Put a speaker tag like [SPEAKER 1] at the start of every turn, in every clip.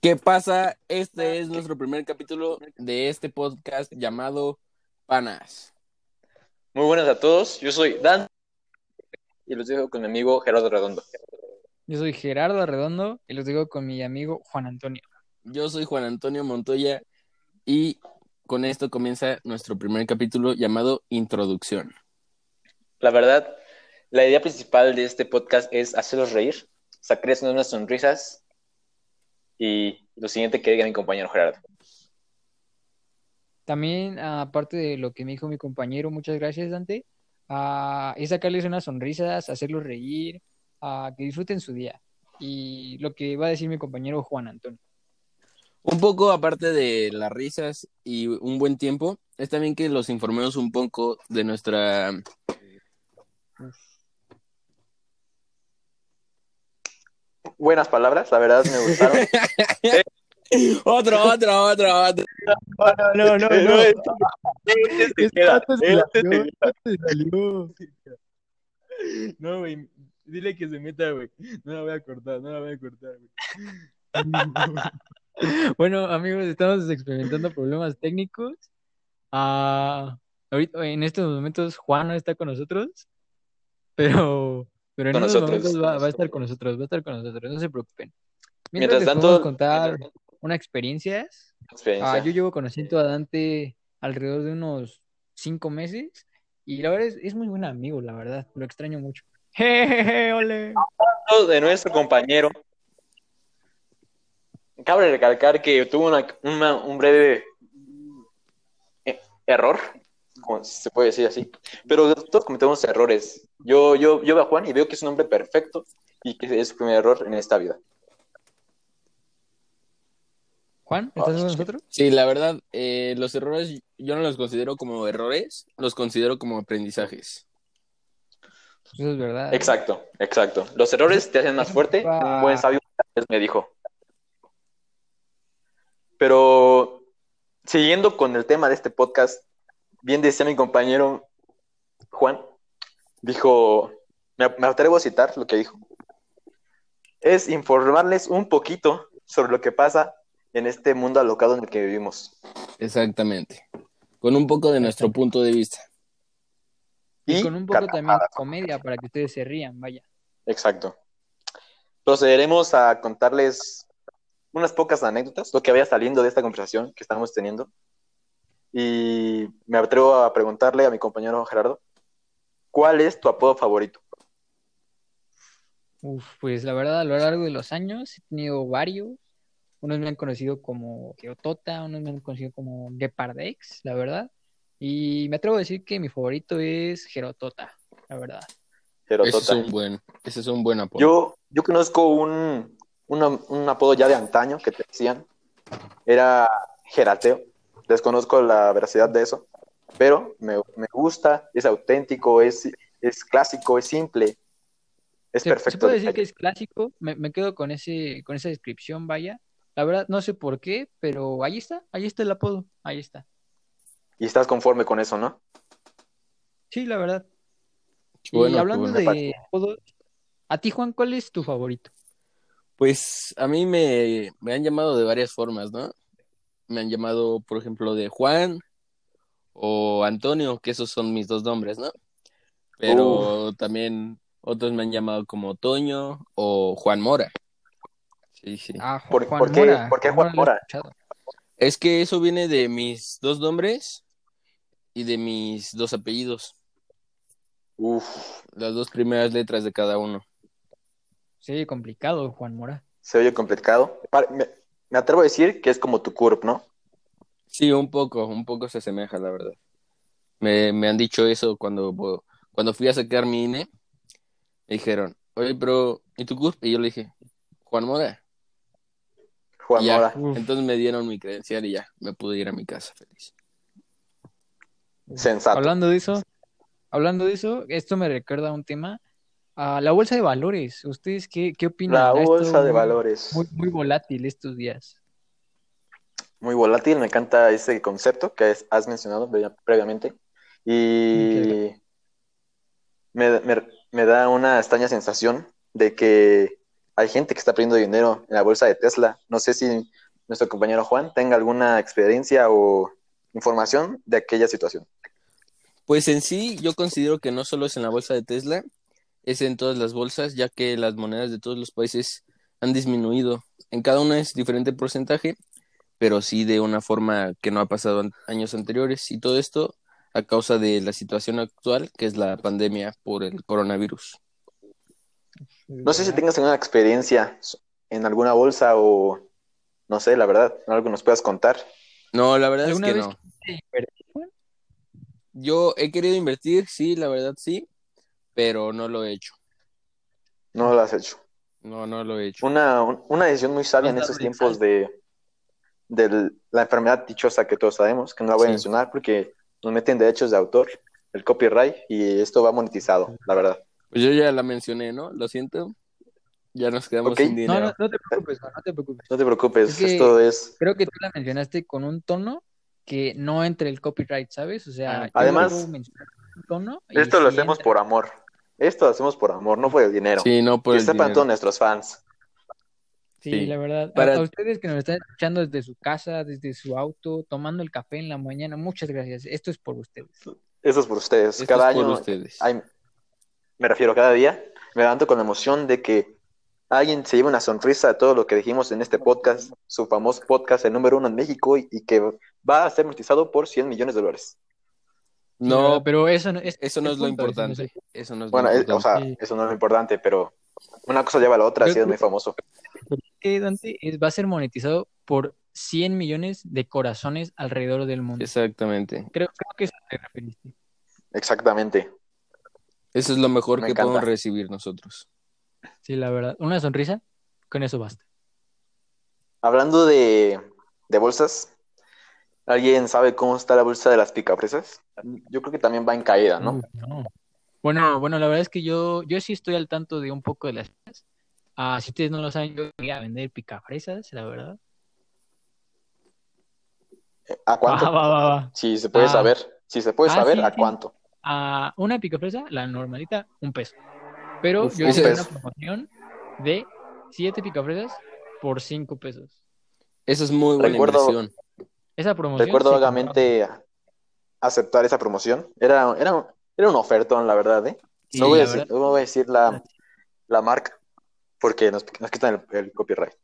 [SPEAKER 1] ¿Qué pasa? Este es nuestro primer capítulo de este podcast llamado Panas.
[SPEAKER 2] Muy buenas a todos, yo soy Dan y los dejo con mi amigo Gerardo Redondo.
[SPEAKER 3] Yo soy Gerardo Redondo y los digo con mi amigo Juan Antonio.
[SPEAKER 1] Yo soy Juan Antonio Montoya y con esto comienza nuestro primer capítulo llamado Introducción.
[SPEAKER 2] La verdad, la idea principal de este podcast es hacerlos reír, sacarles unas sonrisas y lo siguiente que diga mi compañero Gerardo.
[SPEAKER 3] También, aparte de lo que me dijo mi compañero, muchas gracias, Dante, ah, es sacarles unas sonrisas, hacerlos reír, ah, que disfruten su día. Y lo que va a decir mi compañero Juan Antonio.
[SPEAKER 1] Un poco aparte de las risas y un buen tiempo, es también que los informemos un poco de nuestra
[SPEAKER 2] Buenas palabras, la verdad me gustaron.
[SPEAKER 1] Otro, otro, otro, otro.
[SPEAKER 3] No, no,
[SPEAKER 2] no. Este se queda, este se queda.
[SPEAKER 3] No, güey. Dile que se meta, güey. No la voy a cortar, no la voy a cortar, güey. bueno, amigos, estamos experimentando problemas técnicos. Ah, ahorita, en estos momentos, Juan no está con nosotros, pero, pero en
[SPEAKER 2] Con
[SPEAKER 3] unos
[SPEAKER 2] nosotros,
[SPEAKER 3] momentos va,
[SPEAKER 2] con
[SPEAKER 3] va a estar con nosotros, va a estar con nosotros, no se preocupen.
[SPEAKER 2] Mientras
[SPEAKER 3] Mientras, les
[SPEAKER 2] tanto-
[SPEAKER 3] podemos contar una experiencia.
[SPEAKER 2] Experiencia.
[SPEAKER 3] Ah, yo llevo conociendo a Dante alrededor de unos cinco meses y la verdad es, es muy buen amigo, la verdad. Lo extraño mucho. Jejeje, ole.
[SPEAKER 2] de nuestro compañero. Cabe recalcar que tuvo una, una- un breve eh, error, como se puede decir así, pero todos cometemos errores. Yo, yo, yo veo a Juan y veo que es un hombre perfecto y que es su primer error en esta vida.
[SPEAKER 3] Juan, ¿estás
[SPEAKER 2] Ah,
[SPEAKER 3] con
[SPEAKER 2] sí.
[SPEAKER 3] nosotros?
[SPEAKER 1] Sí, la verdad, eh, los errores yo no los considero como errores, los considero como aprendizajes.
[SPEAKER 3] Eso es verdad.
[SPEAKER 2] Exacto, exacto. Los errores te hacen más fuerte, un buen sabio una vez me dijo. Pero siguiendo con el tema de este podcast, bien decía mi compañero Juan, dijo, me, me atrevo a citar lo que dijo, es informarles un poquito sobre lo que pasa en este mundo alocado en el que vivimos.
[SPEAKER 1] Exactamente. Con un poco de nuestro punto de vista.
[SPEAKER 3] Y con un poco
[SPEAKER 2] carcajadas.
[SPEAKER 3] también de comedia para que ustedes se rían, vaya.
[SPEAKER 2] Exacto. Procederemos a contarles unas pocas anécdotas, lo que vaya saliendo de esta conversación que estamos teniendo. Y me atrevo a preguntarle a mi compañero Gerardo, ¿cuál es tu apodo favorito?
[SPEAKER 3] Uf, pues la verdad, a lo largo de los años he tenido varios. Unos me han conocido como Geotota, unos me han conocido como Gepardex, la verdad. Y me atrevo a decir que mi favorito es Gerotota, la verdad.
[SPEAKER 1] Ese es
[SPEAKER 2] Gerotota.
[SPEAKER 1] un buen, ese es un buen apoyo.
[SPEAKER 2] Yo, yo conozco un, una- un apodo ya de antaño que te decían, era Gerateo. Desconozco la veracidad de eso, pero me, me gusta, es auténtico, es, es clásico, es simple, es
[SPEAKER 3] Se, se
[SPEAKER 2] perfecto.
[SPEAKER 3] puede
[SPEAKER 2] de
[SPEAKER 3] decir
[SPEAKER 2] calle.
[SPEAKER 3] que es clásico, me, me quedo con ese, con esa descripción, vaya. La verdad, no sé por qué, pero ahí está, ahí está el apodo, ahí está.
[SPEAKER 2] Y estás conforme con eso, ¿no?
[SPEAKER 3] Sí, la verdad.
[SPEAKER 1] Qué bueno,
[SPEAKER 3] y
[SPEAKER 1] qué
[SPEAKER 2] pues,
[SPEAKER 3] hablando
[SPEAKER 1] bueno.
[SPEAKER 3] de apodos, a ti, Juan, ¿cuál es tu favorito?
[SPEAKER 1] Pues a mí me, me han llamado de varias formas, ¿no? Me han llamado, por ejemplo, de Juan o Antonio, que esos son mis dos nombres, ¿no? Pero también otros me han llamado como Toño o Juan Mora. Sí, sí.
[SPEAKER 3] Ah,
[SPEAKER 2] ¿Por-
[SPEAKER 3] Juan
[SPEAKER 2] por qué-
[SPEAKER 3] Mora,
[SPEAKER 2] por qué Juan
[SPEAKER 3] lo he
[SPEAKER 2] Mora?
[SPEAKER 3] escuchado.
[SPEAKER 1] Es que eso viene de mis dos nombres y de mis dos apellidos,
[SPEAKER 2] Uf,
[SPEAKER 1] las dos primeras letras de cada uno.
[SPEAKER 3] Sí, complicado, Juan Mora.
[SPEAKER 2] se oye complicado. Pa- Me, me atrevo a decir que es como tu curp, ¿no?
[SPEAKER 1] Sí, un poco, un poco se asemeja, la verdad. Me, me han dicho eso cuando, cuando fui a sacar mi INE. Me dijeron, oye, pero, ¿y tu CURP? Y yo le dije, Juan Mora.
[SPEAKER 2] Juan
[SPEAKER 1] Y ya.
[SPEAKER 2] Mora.
[SPEAKER 3] Uf.
[SPEAKER 1] Entonces me dieron mi credencial y ya, me pude ir a mi casa feliz.
[SPEAKER 2] Sensato.
[SPEAKER 3] Hablando de eso, hablando de eso, esto me recuerda a un tema, a la bolsa de valores. ¿Ustedes qué, qué opinan?
[SPEAKER 2] La
[SPEAKER 3] Ha estado
[SPEAKER 2] bolsa de
[SPEAKER 3] muy-
[SPEAKER 2] valores.
[SPEAKER 3] Muy,
[SPEAKER 2] Muy,
[SPEAKER 3] muy volátil estos días.
[SPEAKER 2] volátil, me encanta ese concepto que es- has mencionado pre- previamente. Y me, me- me da una extraña sensación de que Hay gente que está perdiendo dinero en la bolsa de Tesla. No sé si nuestro compañero Juan tenga alguna experiencia o información de aquella situación.
[SPEAKER 1] Pues en sí, yo considero que no solo es en la bolsa de Tesla, es en todas las bolsas, ya que las monedas de todos los países han disminuido. En cada una es diferente porcentaje, pero sí de una forma que no ha pasado en años anteriores. Y todo esto a causa de la situación actual, que es la pandemia por el coronavirus.
[SPEAKER 2] No sé si tengas alguna experiencia en alguna bolsa o no sé, la verdad, algo nos puedas contar.
[SPEAKER 1] No, la verdad es
[SPEAKER 3] ¿Alguna
[SPEAKER 1] que
[SPEAKER 3] vez
[SPEAKER 1] no.
[SPEAKER 3] te invertiste?
[SPEAKER 1] Yo he querido invertir, sí, la verdad sí, pero no lo he hecho.
[SPEAKER 2] No lo has hecho.
[SPEAKER 1] No, no lo he hecho.
[SPEAKER 2] Una, un- una decisión muy sabia en
[SPEAKER 3] Una
[SPEAKER 2] esos
[SPEAKER 3] decisión.
[SPEAKER 2] tiempos de, de la enfermedad dichosa que todos sabemos, que no la voy a
[SPEAKER 1] Sí.
[SPEAKER 2] mencionar porque nos meten derechos de autor, el copyright, y esto va monetizado, la verdad.
[SPEAKER 1] Pues yo ya la mencioné, ¿no? Lo siento. Ya nos quedamos
[SPEAKER 2] Ok.
[SPEAKER 1] sin
[SPEAKER 3] No,
[SPEAKER 1] dinero.
[SPEAKER 3] no, no te preocupes, no, no te preocupes.
[SPEAKER 2] No te preocupes,
[SPEAKER 3] Es que-
[SPEAKER 2] esto es...
[SPEAKER 3] Creo que tú la mencionaste con un tono que no entre el copyright, ¿sabes? O sea,
[SPEAKER 1] Ah,
[SPEAKER 3] yo
[SPEAKER 2] además-
[SPEAKER 3] luego menciono un tono y
[SPEAKER 2] Esto lo
[SPEAKER 3] sí
[SPEAKER 2] hacemos
[SPEAKER 3] entra.
[SPEAKER 2] por amor. Esto lo hacemos por amor, no por el dinero.
[SPEAKER 1] Sí, no por
[SPEAKER 2] que
[SPEAKER 1] el
[SPEAKER 2] sepan
[SPEAKER 1] dinero.
[SPEAKER 2] todos nuestros fans.
[SPEAKER 3] Sí,
[SPEAKER 1] Sí.
[SPEAKER 3] la verdad. A-
[SPEAKER 1] Para-
[SPEAKER 3] A ustedes que nos están escuchando desde su casa, desde su auto, tomando el café en la mañana, muchas gracias. Esto es por ustedes.
[SPEAKER 2] Eso es por ustedes.
[SPEAKER 1] Esto
[SPEAKER 2] Cada
[SPEAKER 1] es por
[SPEAKER 2] año
[SPEAKER 1] ustedes.
[SPEAKER 2] Ay, me refiero cada día, me levanto con la emoción de que alguien se lleve una sonrisa de todo lo que dijimos en este podcast, su famoso podcast, el número uno en México, y, y que va a ser monetizado por 100 millones de dólares.
[SPEAKER 3] Sí, la
[SPEAKER 1] No,
[SPEAKER 3] verdad, pero eso no es,
[SPEAKER 1] eso no es lo
[SPEAKER 3] punto, eso no es
[SPEAKER 1] importante. Eso no es
[SPEAKER 2] Bueno,
[SPEAKER 1] lo
[SPEAKER 2] es- o
[SPEAKER 1] importante.
[SPEAKER 2] sea,
[SPEAKER 3] Pues Sí.
[SPEAKER 2] eso no es lo importante, pero una cosa lleva a la otra, así
[SPEAKER 3] Yo
[SPEAKER 2] es
[SPEAKER 3] creo-
[SPEAKER 2] muy famoso.
[SPEAKER 3] que Dante es- va a ser monetizado por 100 millones de corazones alrededor del mundo.
[SPEAKER 1] Exactamente.
[SPEAKER 3] Creo, creo que eso te referiste.
[SPEAKER 2] Exactamente.
[SPEAKER 1] Eso es lo mejor
[SPEAKER 2] Me
[SPEAKER 1] que
[SPEAKER 2] encanta.
[SPEAKER 1] podemos recibir nosotros.
[SPEAKER 3] Sí, la verdad. Una sonrisa, con eso basta.
[SPEAKER 2] Hablando de, de bolsas, ¿alguien sabe cómo está la bolsa de las picafresas? Yo creo que también va en caída, Ah, ¿no?
[SPEAKER 3] Uy, no. Bueno, bueno, la verdad es que yo, yo sí estoy al tanto de un poco de las fresas. Ah, si ustedes no lo saben, yo voy a vender picafresas, la verdad.
[SPEAKER 2] ¿A
[SPEAKER 3] Va,
[SPEAKER 2] cuánto?
[SPEAKER 3] Ah, va, va, va.
[SPEAKER 2] Si se puede
[SPEAKER 3] Ah.
[SPEAKER 2] saber, si se puede
[SPEAKER 3] Ah,
[SPEAKER 2] saber,
[SPEAKER 3] sí,
[SPEAKER 2] ¿a
[SPEAKER 3] sí.
[SPEAKER 2] cuánto?
[SPEAKER 3] a Ah, una picafresa, la normalita, un peso. Pero
[SPEAKER 1] Uf,
[SPEAKER 3] yo
[SPEAKER 1] un
[SPEAKER 3] hice una
[SPEAKER 2] peso.
[SPEAKER 3] promoción de siete picafresas por cinco pesos.
[SPEAKER 1] Eso es muy buena
[SPEAKER 2] Recuerdo-
[SPEAKER 1] inversión.
[SPEAKER 3] Esa promoción.
[SPEAKER 2] Recuerdo
[SPEAKER 3] se
[SPEAKER 2] vagamente aceptar esa promoción. Era, era, era un ofertón, la verdad, ¿eh?
[SPEAKER 3] compró- Sí,
[SPEAKER 2] no, voy a
[SPEAKER 3] la
[SPEAKER 2] decir,
[SPEAKER 3] verdad,
[SPEAKER 2] no voy a decir la, la marca porque nos, nos quitan el, el copyright.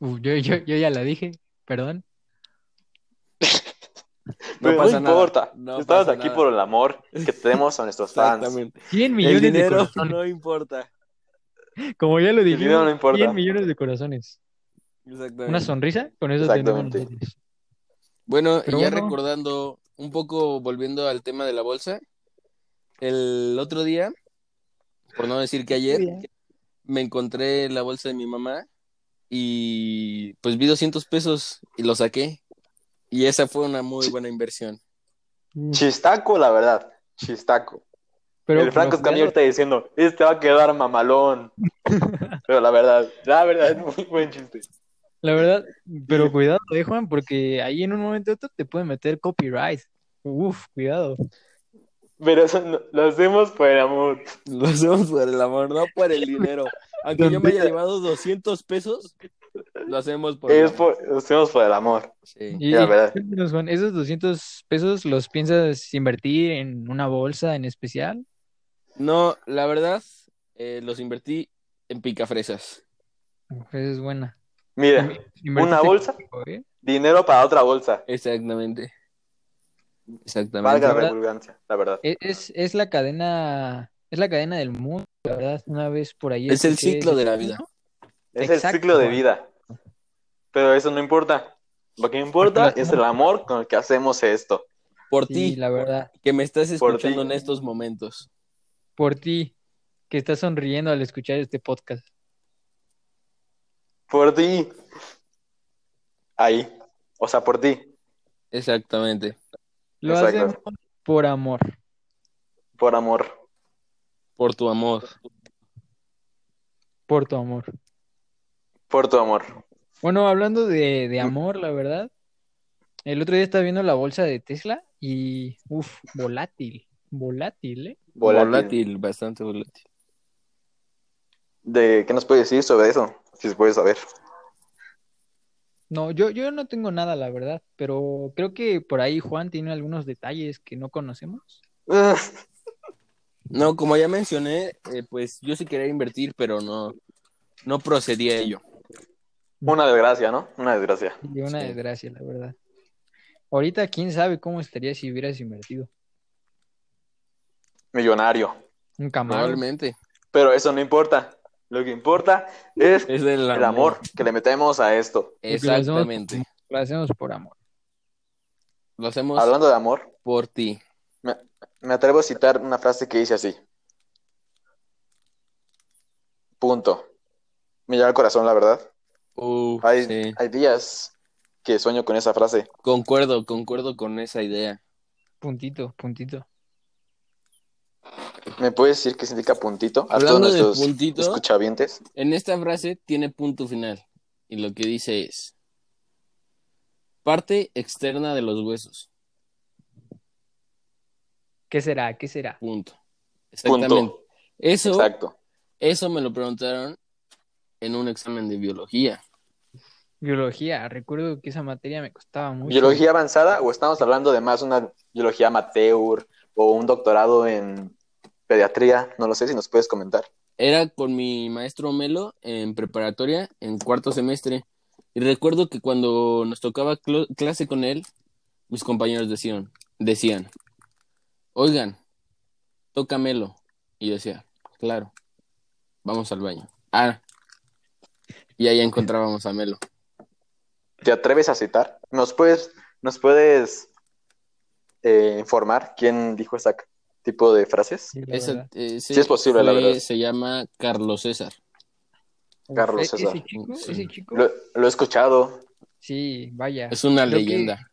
[SPEAKER 3] uh, yo, yo, yo ya la dije, perdón.
[SPEAKER 1] No
[SPEAKER 2] Pero no
[SPEAKER 1] pasa nada.
[SPEAKER 2] importa.
[SPEAKER 1] No
[SPEAKER 2] Estamos
[SPEAKER 1] pasa
[SPEAKER 2] aquí
[SPEAKER 1] nada.
[SPEAKER 2] por el amor que tenemos a nuestros fans.
[SPEAKER 1] Exactamente.
[SPEAKER 3] 100
[SPEAKER 1] El
[SPEAKER 3] millones de
[SPEAKER 1] dinero
[SPEAKER 3] corazones.
[SPEAKER 1] no importa.
[SPEAKER 3] Como ya lo
[SPEAKER 2] El
[SPEAKER 3] dije,
[SPEAKER 2] video no importa.
[SPEAKER 3] 100 millones de corazones.
[SPEAKER 1] Exactamente.
[SPEAKER 3] Una sonrisa, con eso tenemos
[SPEAKER 2] Exactamente.
[SPEAKER 3] nosotros.
[SPEAKER 1] Bueno,
[SPEAKER 3] Pero
[SPEAKER 1] y ya
[SPEAKER 3] bueno.
[SPEAKER 1] recordando un poco, volviendo al tema de la bolsa, el otro día, por no decir que ayer, me encontré la bolsa de mi mamá y pues vi 200 pesos y lo saqué. Y esa fue una muy buena inversión.
[SPEAKER 2] Chistaco, la verdad. Chistaco.
[SPEAKER 3] Mm, Pero,
[SPEAKER 2] el Franco
[SPEAKER 3] pero
[SPEAKER 2] Escamilla ahorita diciendo, este va a quedar mamalón. Pero la verdad, la verdad, es muy buen chiste.
[SPEAKER 3] La verdad, pero cuidado, eh, Juan, porque ahí en un momento u otro te pueden meter copyright. Uf, cuidado.
[SPEAKER 2] Pero eso no- lo hacemos por el amor.
[SPEAKER 1] Lo hacemos por el amor, no por el dinero. Aunque yo me haya llevado 200 pesos, lo hacemos por el
[SPEAKER 2] Es
[SPEAKER 1] amor.
[SPEAKER 2] por, lo hacemos por el amor.
[SPEAKER 1] Sí.
[SPEAKER 3] Y,
[SPEAKER 2] La
[SPEAKER 3] y
[SPEAKER 2] verdad.
[SPEAKER 3] cuéntanos, Juan, ¿esos 200 pesos los piensas invertir en una bolsa en especial?
[SPEAKER 1] No, la verdad, eh, los invertí en picafresas.
[SPEAKER 3] Uf, Esa Pues es buena.
[SPEAKER 2] Mira,
[SPEAKER 3] Invertiste
[SPEAKER 2] ¿Una bolsa?
[SPEAKER 3] poco, ¿eh?
[SPEAKER 2] dinero para otra bolsa.
[SPEAKER 1] Exactamente. Exactamente.
[SPEAKER 2] Valga la
[SPEAKER 3] verdad.
[SPEAKER 2] redundancia, la verdad.
[SPEAKER 3] Es, e, es- es la cadena, es la cadena del mundo, la verdad. Una vez por ahí
[SPEAKER 1] Es el
[SPEAKER 3] escuché
[SPEAKER 1] ciclo
[SPEAKER 3] ese
[SPEAKER 1] de la
[SPEAKER 3] término.
[SPEAKER 1] vida.
[SPEAKER 2] Es el
[SPEAKER 3] Exacto,
[SPEAKER 2] ciclo de
[SPEAKER 3] Juan.
[SPEAKER 2] vida. Pero eso no importa. Lo que importa
[SPEAKER 3] Porque lo
[SPEAKER 2] es el amor con el que hacemos esto.
[SPEAKER 1] Por
[SPEAKER 3] Sí,
[SPEAKER 1] ti,
[SPEAKER 3] la verdad.
[SPEAKER 1] que me estás
[SPEAKER 2] Por
[SPEAKER 1] escuchando
[SPEAKER 2] ti.
[SPEAKER 1] en estos momentos.
[SPEAKER 3] Por ti, que estás sonriendo al escuchar este podcast.
[SPEAKER 2] Por ti. Ahí. O sea, por ti.
[SPEAKER 1] Exactamente.
[SPEAKER 3] Lo
[SPEAKER 2] Exacto.
[SPEAKER 3] hacemos por amor.
[SPEAKER 2] Por amor.
[SPEAKER 1] Por tu amor.
[SPEAKER 3] Por tu amor.
[SPEAKER 2] Por tu amor.
[SPEAKER 3] Bueno, hablando de, de amor, la verdad, el otro día estaba viendo la bolsa de Tesla y, uff, volátil, volátil, ¿eh?
[SPEAKER 2] Volátil.
[SPEAKER 1] Volátil, bastante volátil.
[SPEAKER 2] de qué nos puede decir sobre eso, si se puede saber.
[SPEAKER 3] No, yo, yo no tengo nada, la verdad, pero creo que por ahí Juan tiene algunos detalles que no conocemos.
[SPEAKER 2] Mm.
[SPEAKER 1] No, como ya mencioné, eh, pues yo sí quería invertir, pero no, no procedí a ello.
[SPEAKER 2] Una desgracia, ¿no? Una desgracia.
[SPEAKER 3] Y una
[SPEAKER 1] Sí.
[SPEAKER 3] desgracia, la verdad. Ahorita, quién sabe cómo estaría si hubieras invertido.
[SPEAKER 2] Millonario.
[SPEAKER 3] Un camarón.
[SPEAKER 1] Probablemente.
[SPEAKER 2] Pero eso no importa. Lo que importa es
[SPEAKER 1] Es del
[SPEAKER 2] el amor que le metemos a esto.
[SPEAKER 1] Exactamente.
[SPEAKER 3] Lo hacemos por amor.
[SPEAKER 1] Lo hacemos
[SPEAKER 2] Hablando de amor,
[SPEAKER 1] por ti.
[SPEAKER 2] me atrevo a citar una frase que dice así. Punto. Me lleva al corazón, la verdad.
[SPEAKER 1] Uh,
[SPEAKER 2] Hay,
[SPEAKER 1] sí.
[SPEAKER 2] hay días que sueño con esa frase.
[SPEAKER 1] Concuerdo, concuerdo con esa idea.
[SPEAKER 3] Puntito, puntito.
[SPEAKER 2] ¿Me puedes decir qué significa puntito? A
[SPEAKER 1] Hablando
[SPEAKER 2] todos
[SPEAKER 1] de
[SPEAKER 2] nuestros
[SPEAKER 1] puntito.
[SPEAKER 2] escuchavientes.
[SPEAKER 1] En esta frase tiene punto final y lo que dice es parte externa de los huesos.
[SPEAKER 3] ¿Qué será? ¿Qué será?
[SPEAKER 1] Punto. Exactamente. Eso,
[SPEAKER 2] Exacto.
[SPEAKER 1] eso me lo preguntaron en un examen de biología.
[SPEAKER 3] Biología. Recuerdo que esa materia me costaba mucho.
[SPEAKER 2] ¿Biología avanzada o estamos hablando de más una biología amateur o un doctorado en pediatría? No lo sé si nos puedes comentar.
[SPEAKER 1] Era con mi maestro Melo en preparatoria en cuarto semestre. Y recuerdo que cuando nos tocaba clo- clase con él, mis compañeros decían, decían, oigan, toca Melo. Y yo decía, claro, vamos al baño. Ah, y ahí encontrábamos a Melo.
[SPEAKER 2] ¿Te atreves a citar? ¿Nos puedes, nos puedes eh, informar quién dijo ese tipo de frases?
[SPEAKER 3] Sí, la
[SPEAKER 1] Ese,
[SPEAKER 3] verdad.
[SPEAKER 1] eh, ese
[SPEAKER 2] Sí es posible, la
[SPEAKER 1] fue-
[SPEAKER 2] verdad.
[SPEAKER 1] Se llama Carlos César.
[SPEAKER 2] Carlos
[SPEAKER 3] Ese-
[SPEAKER 2] César.
[SPEAKER 3] Ese chico,
[SPEAKER 1] Sí.
[SPEAKER 3] ese chico.
[SPEAKER 2] Lo, lo he escuchado.
[SPEAKER 3] Sí, vaya.
[SPEAKER 1] mm. Es una
[SPEAKER 3] Creo que-
[SPEAKER 1] leyenda.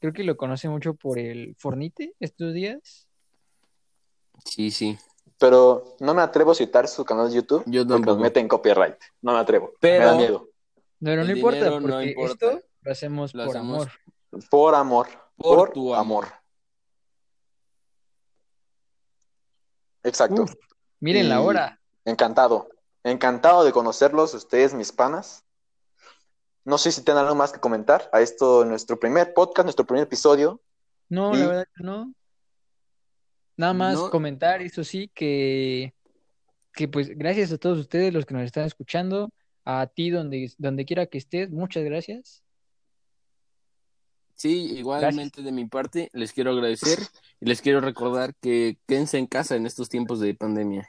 [SPEAKER 3] Creo que lo conoce mucho por el Fornite estos días.
[SPEAKER 1] Sí, sí.
[SPEAKER 2] Pero no me atrevo a citar su canal de YouTube
[SPEAKER 1] Yo
[SPEAKER 2] porque
[SPEAKER 1] tampoco.
[SPEAKER 2] nos meten copyright. No me atrevo.
[SPEAKER 1] Pero-
[SPEAKER 2] Me da miedo.
[SPEAKER 3] Pero no
[SPEAKER 1] El
[SPEAKER 3] importa,
[SPEAKER 1] dinero no
[SPEAKER 3] porque
[SPEAKER 1] importa.
[SPEAKER 3] esto lo hacemos
[SPEAKER 1] Lo
[SPEAKER 3] por
[SPEAKER 1] hacemos
[SPEAKER 3] amor.
[SPEAKER 2] Por amor.
[SPEAKER 1] Por
[SPEAKER 2] Por,
[SPEAKER 1] tu amor.
[SPEAKER 2] amor. Exacto.
[SPEAKER 3] Uf, Miren la
[SPEAKER 2] Y-
[SPEAKER 3] hora.
[SPEAKER 2] Encantado. Encantado de conocerlos, ustedes, mis panas. No sé si tienen algo más que comentar a esto, nuestro primer podcast, nuestro primer episodio.
[SPEAKER 3] No,
[SPEAKER 2] y-
[SPEAKER 3] la verdad que no. Nada más
[SPEAKER 1] No.
[SPEAKER 3] comentar, eso sí, que, que pues gracias a todos ustedes los que nos están escuchando, a ti donde, donde quiera que estés, muchas gracias.
[SPEAKER 1] Sí, igualmente de mi parte, les quiero agradecer y les quiero recordar que quédense en casa en estos tiempos de pandemia.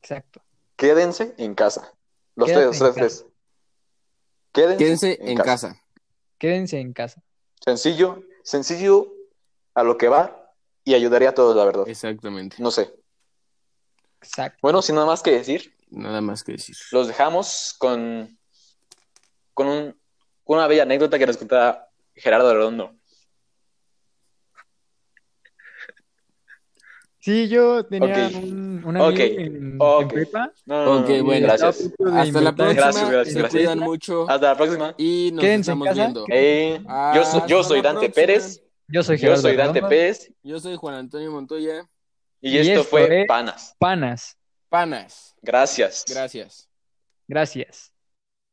[SPEAKER 3] Exacto.
[SPEAKER 2] Quédense en casa. Los
[SPEAKER 3] Quédate
[SPEAKER 2] tres,
[SPEAKER 3] en
[SPEAKER 2] los tres. Quédense,
[SPEAKER 1] Quédense en casa.
[SPEAKER 3] Quédense en casa.
[SPEAKER 2] Sencillo, sencillo a lo que va y ayudaría a todos, la verdad.
[SPEAKER 1] Exactamente.
[SPEAKER 2] No sé.
[SPEAKER 3] Exacto.
[SPEAKER 2] Bueno, sin nada más que decir,
[SPEAKER 1] Nada más que decir.
[SPEAKER 2] los dejamos con, con, un- con una bella anécdota que nos contaba Gerardo Redondo.
[SPEAKER 3] Sí, yo tenía
[SPEAKER 2] Ok.
[SPEAKER 3] un, un amigo
[SPEAKER 2] Ok.
[SPEAKER 3] en, en
[SPEAKER 2] Ok.
[SPEAKER 3] prepa.
[SPEAKER 2] No, no, no,
[SPEAKER 1] Ok,
[SPEAKER 2] no,
[SPEAKER 1] bueno.
[SPEAKER 2] Gracias.
[SPEAKER 3] Estaba a punto de
[SPEAKER 1] Hasta la
[SPEAKER 3] inventar-
[SPEAKER 1] próxima.
[SPEAKER 2] Gracias, gracias,
[SPEAKER 1] se
[SPEAKER 2] gracias.
[SPEAKER 1] cuidan mucho
[SPEAKER 2] Hasta la próxima.
[SPEAKER 1] y nos
[SPEAKER 3] Quédense en
[SPEAKER 1] estamos
[SPEAKER 3] casa.
[SPEAKER 1] viendo.
[SPEAKER 2] Eh, yo, so- yo
[SPEAKER 1] Hasta
[SPEAKER 2] soy
[SPEAKER 1] la
[SPEAKER 2] Dante
[SPEAKER 1] próxima.
[SPEAKER 2] Pérez.
[SPEAKER 3] Yo soy
[SPEAKER 2] Yo
[SPEAKER 3] Gerardo
[SPEAKER 2] soy Dante
[SPEAKER 3] Redondo.
[SPEAKER 2] Pérez.
[SPEAKER 1] Yo soy Juan Antonio Montoya.
[SPEAKER 2] Y,
[SPEAKER 3] Y
[SPEAKER 2] esto
[SPEAKER 3] esto
[SPEAKER 2] fue
[SPEAKER 3] es-
[SPEAKER 2] Panas.
[SPEAKER 3] Panas,
[SPEAKER 1] Panas.
[SPEAKER 2] Gracias.
[SPEAKER 1] Gracias.
[SPEAKER 3] gracias.